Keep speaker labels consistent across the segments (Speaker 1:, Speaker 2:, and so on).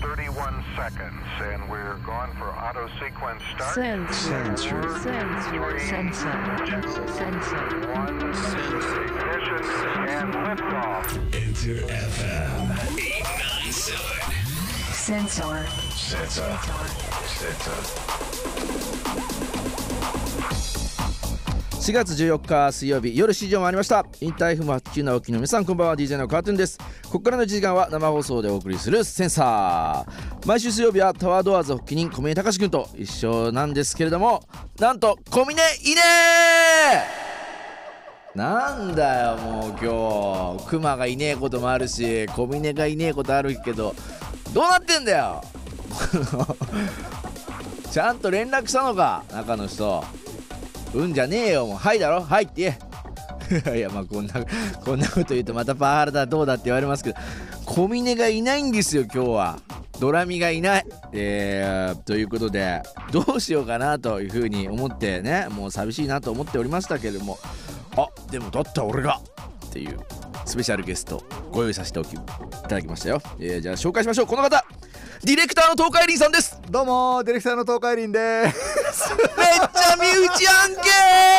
Speaker 1: 31 seconds, and we're going for auto sequence start.
Speaker 2: Sensor.
Speaker 3: Sensor.
Speaker 2: Sensor. Sensor. Sensor.
Speaker 1: One, ignition, and liftoff.
Speaker 3: Enter FM.
Speaker 4: 897.
Speaker 2: Sensor.
Speaker 3: Sensor. Sensor.
Speaker 5: 4月14日水曜日夜7時を回りましたインター F897 の皆さんこんばんは DJ のカートゥーンですここからの1時間は生放送でお送りするセンサー毎週水曜日はタワードアーズ発起人小峰隆君と一緒なんですけれどもなんと小峰いねーなんだよもう今日クマがいねえこともあるし小峰がいねえことあるけどどうなってんだよ ちゃんと連絡したのか中の人うんじゃねえよもうはいだろはいって言え いやまあこんなこんなこと言うとまたパワハラだどうだって言われますけど小峰がいないんですよ今日はドラミがいない、えー、ということでどうしようかなというふうに思ってねもう寂しいなと思っておりましたけれどもあでもだったら俺がっていうスペシャルゲストご用意させておきいただきましたよ、えー、じゃあ紹介しましょうこの方ディレクターの東海林さんです
Speaker 6: どうもディレクターの東海林です。
Speaker 5: めっちゃ身内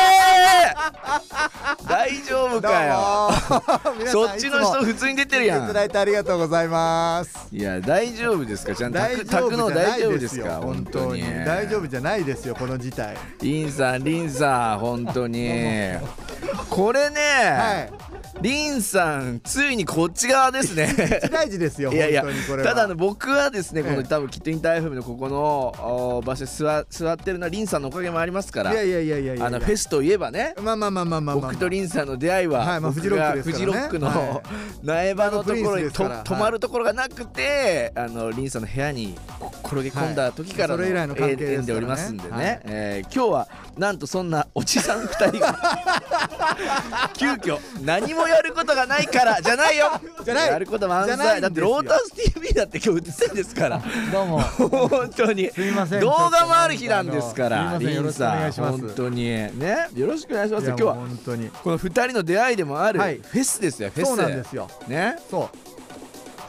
Speaker 5: 案件 大丈夫
Speaker 6: どう
Speaker 5: かよ
Speaker 6: も。皆 さん
Speaker 5: そっちの人
Speaker 6: いつも
Speaker 5: 普通に出てる
Speaker 6: 来てい
Speaker 5: や
Speaker 6: ただ
Speaker 5: ん
Speaker 6: いてありがとうございます。
Speaker 5: いや大丈夫ですかちゃんと
Speaker 6: 大
Speaker 5: 宅
Speaker 6: 丈
Speaker 5: 宅の
Speaker 6: 夫じゃな
Speaker 5: 大丈夫
Speaker 6: い
Speaker 5: で
Speaker 6: ですす
Speaker 5: か
Speaker 6: よ。
Speaker 5: 本
Speaker 6: 本
Speaker 5: 当
Speaker 6: 当
Speaker 5: に
Speaker 6: に大丈夫じゃないですよこの事態。
Speaker 5: リンさんリンさん本当にこれね、
Speaker 6: はい。
Speaker 5: リンさんついにこっち側ですね
Speaker 6: 大事ですよ
Speaker 5: いやいや
Speaker 6: 本当にこれは。
Speaker 5: ただの僕はですねこ
Speaker 6: え
Speaker 5: の
Speaker 6: え
Speaker 5: 多分きっとインター FM のここのお場所に座座ってるのはリンさんのおかげもありますから
Speaker 6: いやいやいやいやいや。
Speaker 5: あのフェスといえばね
Speaker 6: まあまあまあまあまあまあ。
Speaker 5: 僕とリンさんの出会いは、
Speaker 6: はいまあ
Speaker 5: 僕が
Speaker 6: フ
Speaker 5: フ
Speaker 6: ジ
Speaker 5: ジ
Speaker 6: ロ
Speaker 5: ロ
Speaker 6: ッ
Speaker 5: ック
Speaker 6: クですからね
Speaker 5: の苗場のところにと
Speaker 6: プリンスですから
Speaker 5: 泊まるところがなくて、あのリンさんの部屋にこ転げ込んだ時からの
Speaker 6: はいそれ以来の関係ですからね
Speaker 5: 縁でおりますんでね、
Speaker 6: はい
Speaker 5: えー今日はなんとそんなおじさん2人が 急遽何もやることがないからじゃないよ
Speaker 6: じゃない
Speaker 5: やること満
Speaker 6: じゃないんで
Speaker 5: 載だ
Speaker 6: すよ
Speaker 5: ってロータス TV だって今日映ってるんですから
Speaker 6: どうも。
Speaker 5: 本当に
Speaker 6: すいません
Speaker 5: 動画もある日なんですか
Speaker 6: あ
Speaker 5: ら
Speaker 6: のすいません
Speaker 5: リ
Speaker 6: よ
Speaker 5: ン
Speaker 6: ろしくお
Speaker 5: さ
Speaker 6: 願
Speaker 5: ん
Speaker 6: いします
Speaker 5: 本当にねよろしくお願いします
Speaker 6: い
Speaker 5: よ今
Speaker 6: や
Speaker 5: 日は
Speaker 6: もう本当に。
Speaker 5: この2人の出会いでもあるフ
Speaker 6: はい
Speaker 5: ェスですよ、フェス
Speaker 6: そうなんですよ。
Speaker 5: ね
Speaker 6: そ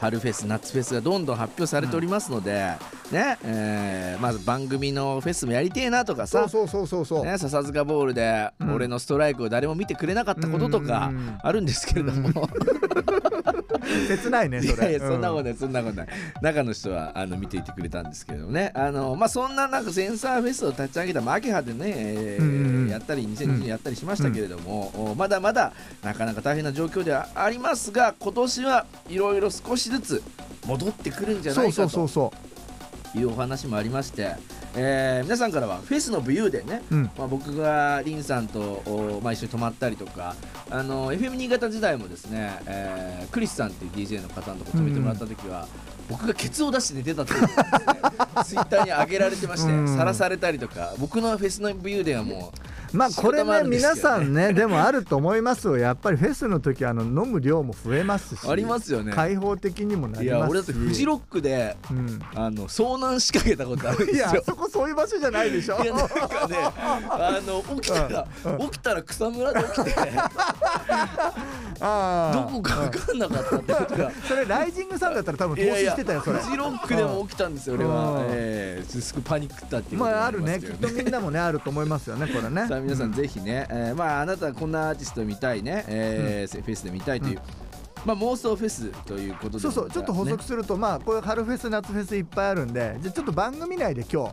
Speaker 5: 春フェス夏フェスがどんどん発表されておりますので、ね、えーまず番組のフェスもやりてえなとか
Speaker 6: う。そ
Speaker 5: さ
Speaker 6: うそうそうそうそう。
Speaker 5: ね、笹塚ボールで
Speaker 6: ん
Speaker 5: 俺のストライクを誰も見てくれなかったこととか
Speaker 6: うんうんうん
Speaker 5: あるんですけれども、
Speaker 6: 切ないね
Speaker 5: い
Speaker 6: そ
Speaker 5: やい
Speaker 6: れ。
Speaker 5: やそんなこと
Speaker 6: と。
Speaker 5: ないそんなことない中の人はあの見ていてくれたんですけれどもねあの、まあ、そんななんかセンサーフェスを立ち上げた、まあ、秋葉でね、えー
Speaker 6: うんうんうん
Speaker 5: やったり2020年やったりしましたけれども、おまだまだなかなか大変な状況ではありますが今年はいろいろ少しずつ戻ってくるんじゃな
Speaker 6: そ
Speaker 5: いう
Speaker 6: そ
Speaker 5: か
Speaker 6: うそう
Speaker 5: と
Speaker 6: そ
Speaker 5: いうお話もありまして、えー皆さんからはフェスの武勇伝ね、
Speaker 6: う。うん。
Speaker 5: まあ、僕がリンさんと、おまあ、一緒に泊まったりとかあの FM 新潟時代もですね、えークリスさんっていう DJ の方のとこ泊めてもらった時は、僕がケツを出して寝てたっていうのが ですねツイッターに上げられてまして
Speaker 6: うん
Speaker 5: さらされたりとか僕のフェスの武勇伝はも
Speaker 6: まあこれ
Speaker 5: 仕事もあ
Speaker 6: ね
Speaker 5: るんですよね
Speaker 6: 皆さ んねでもあると思いますよやっぱりフェスの時あの飲む量も増えますし
Speaker 5: ありますよね
Speaker 6: 開放的にもな
Speaker 5: うい
Speaker 6: り
Speaker 5: や
Speaker 6: ますし
Speaker 5: 俺だってフジロックで
Speaker 6: うん
Speaker 5: あの遭難しかけたことあるんで
Speaker 6: い
Speaker 5: す
Speaker 6: や
Speaker 5: よ。
Speaker 6: そこそういう場所じゃないでしょ
Speaker 5: いやなんかね、あの起きたら、起きたら草むらで起きて、
Speaker 6: あ
Speaker 5: ど
Speaker 6: ー
Speaker 5: こか分かんなかったってことが
Speaker 6: それライジングさんだったら多分投
Speaker 5: い
Speaker 6: 資
Speaker 5: やいや
Speaker 6: してたよそれ
Speaker 5: フジロックでも起きたんですよ俺は
Speaker 6: うん
Speaker 5: ええすごくパニックったっていうこと
Speaker 6: ま
Speaker 5: に
Speaker 6: あ
Speaker 5: な
Speaker 6: あ
Speaker 5: り
Speaker 6: る
Speaker 5: ます
Speaker 6: ねき
Speaker 5: け
Speaker 6: っ
Speaker 5: ど
Speaker 6: とみんなもねあると思いますよねこ れね
Speaker 5: さあ皆さんぜひね、えーまああなたはこんなアーティスト見たいね、えーフェスで見たいという、まあ妄想フェスということで、
Speaker 6: そうそうちょっと補足
Speaker 5: ね
Speaker 6: するとまあこれ春フェス夏フェスいっぱいあるんでじゃあちょっと番組内で今日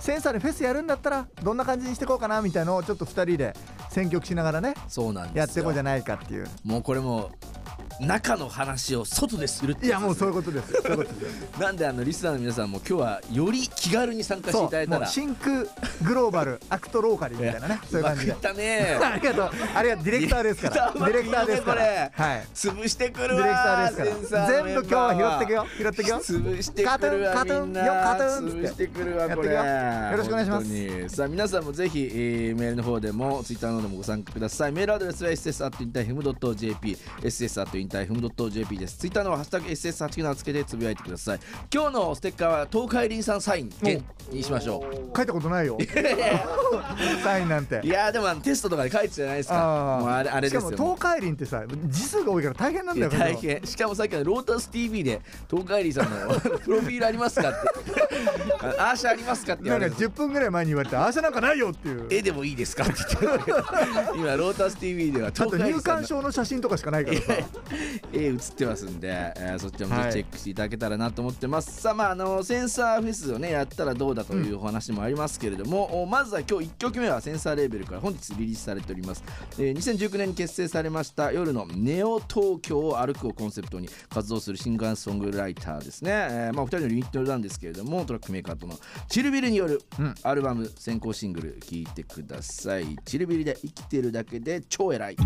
Speaker 6: センサーでフェスやるんだったらどんな感じにしていこうかなみたいのをちょっと2人で選曲しながらね
Speaker 5: そうなんですよ
Speaker 6: やっていこうじゃないかっていう
Speaker 5: もうこれもう中の話を外でするって
Speaker 6: いやもうそういううことですよ そういうことですよ
Speaker 5: なんであのリスナーの皆さんも今日はより気軽に参加していただいた
Speaker 6: もう
Speaker 5: ら
Speaker 6: 真空グローバルアクトローカリーみたいなねそういう感じで
Speaker 5: うまくいったね
Speaker 6: ありがとうありがと うディレクターですから
Speaker 5: デ
Speaker 6: デ
Speaker 5: ィ
Speaker 6: ィ
Speaker 5: レ
Speaker 6: レ
Speaker 5: ク
Speaker 6: ク
Speaker 5: タ
Speaker 6: タ
Speaker 5: ー
Speaker 6: ー
Speaker 5: うまくい
Speaker 6: で
Speaker 5: ったね
Speaker 6: すから
Speaker 5: こ
Speaker 6: はい
Speaker 5: 潰してく
Speaker 6: デ
Speaker 5: る
Speaker 6: ィレクタ
Speaker 5: わ
Speaker 6: ーで
Speaker 5: センサ
Speaker 6: すか
Speaker 5: ーの
Speaker 6: ら全
Speaker 5: メン
Speaker 6: 部今日
Speaker 5: バー
Speaker 6: は拾ってくよ拾ってくよ
Speaker 5: 潰してくるわ
Speaker 6: カ
Speaker 5: み
Speaker 6: トゥー
Speaker 5: ん
Speaker 6: ン
Speaker 5: な
Speaker 6: カトゥーンよカトゥーンっ
Speaker 5: 潰
Speaker 6: つって
Speaker 5: してくるわこれ
Speaker 6: やってくよよろしくお願いします
Speaker 5: すさあ皆さんもぜひ、えーメールの方でもツイッターの方でもご参加くださいメールアドレスは ss.interfm.jp ss.interfm.jp タイフムドット JP ですツイッターのハッシュタグ SS897 つけてつぶやいてください今日のステッカーは東海林さんサインでにしましょう
Speaker 6: 書いたことないよサインなんて
Speaker 5: いやーでもあのテストとかで書いてたじゃないですかもうあれあれですよ
Speaker 6: しかも東海林ってさ字数が多いから大変なん
Speaker 5: い
Speaker 6: だ
Speaker 5: や
Speaker 6: よ
Speaker 5: 大変しかもさっきのロータス TV で東海林さんの プロフィールありますかってあアーシャありますかって言
Speaker 6: な
Speaker 5: わ
Speaker 6: んか
Speaker 5: れて
Speaker 6: 10分ぐらい前に言われてああしなんかないよっていう
Speaker 5: 絵でもいいですかって言って今ロータス TV では
Speaker 6: あ
Speaker 5: 東
Speaker 6: と
Speaker 5: 海
Speaker 6: 入
Speaker 5: 林さん
Speaker 6: 管
Speaker 5: の
Speaker 6: 証の写真とかしかないからさ
Speaker 5: 絵 映ってますんで、えーそっちもぜひチェックしていただけたらなと思ってます、さあまああのセンサーフェスをねやったらどうだというお話もありますけれども、おまずは今日1曲目はセンサーレーベルから本日リリースされております、えー2019年に結成されました夜のネオ東京を歩くをコンセプトに活動するシンガーソングライターですね、えーまあお二人のユニットなんですけれどもトラックメーカーとのチルビルによるアルバム先行シングル聴いてください、チルビルで生きてるだけで超偉い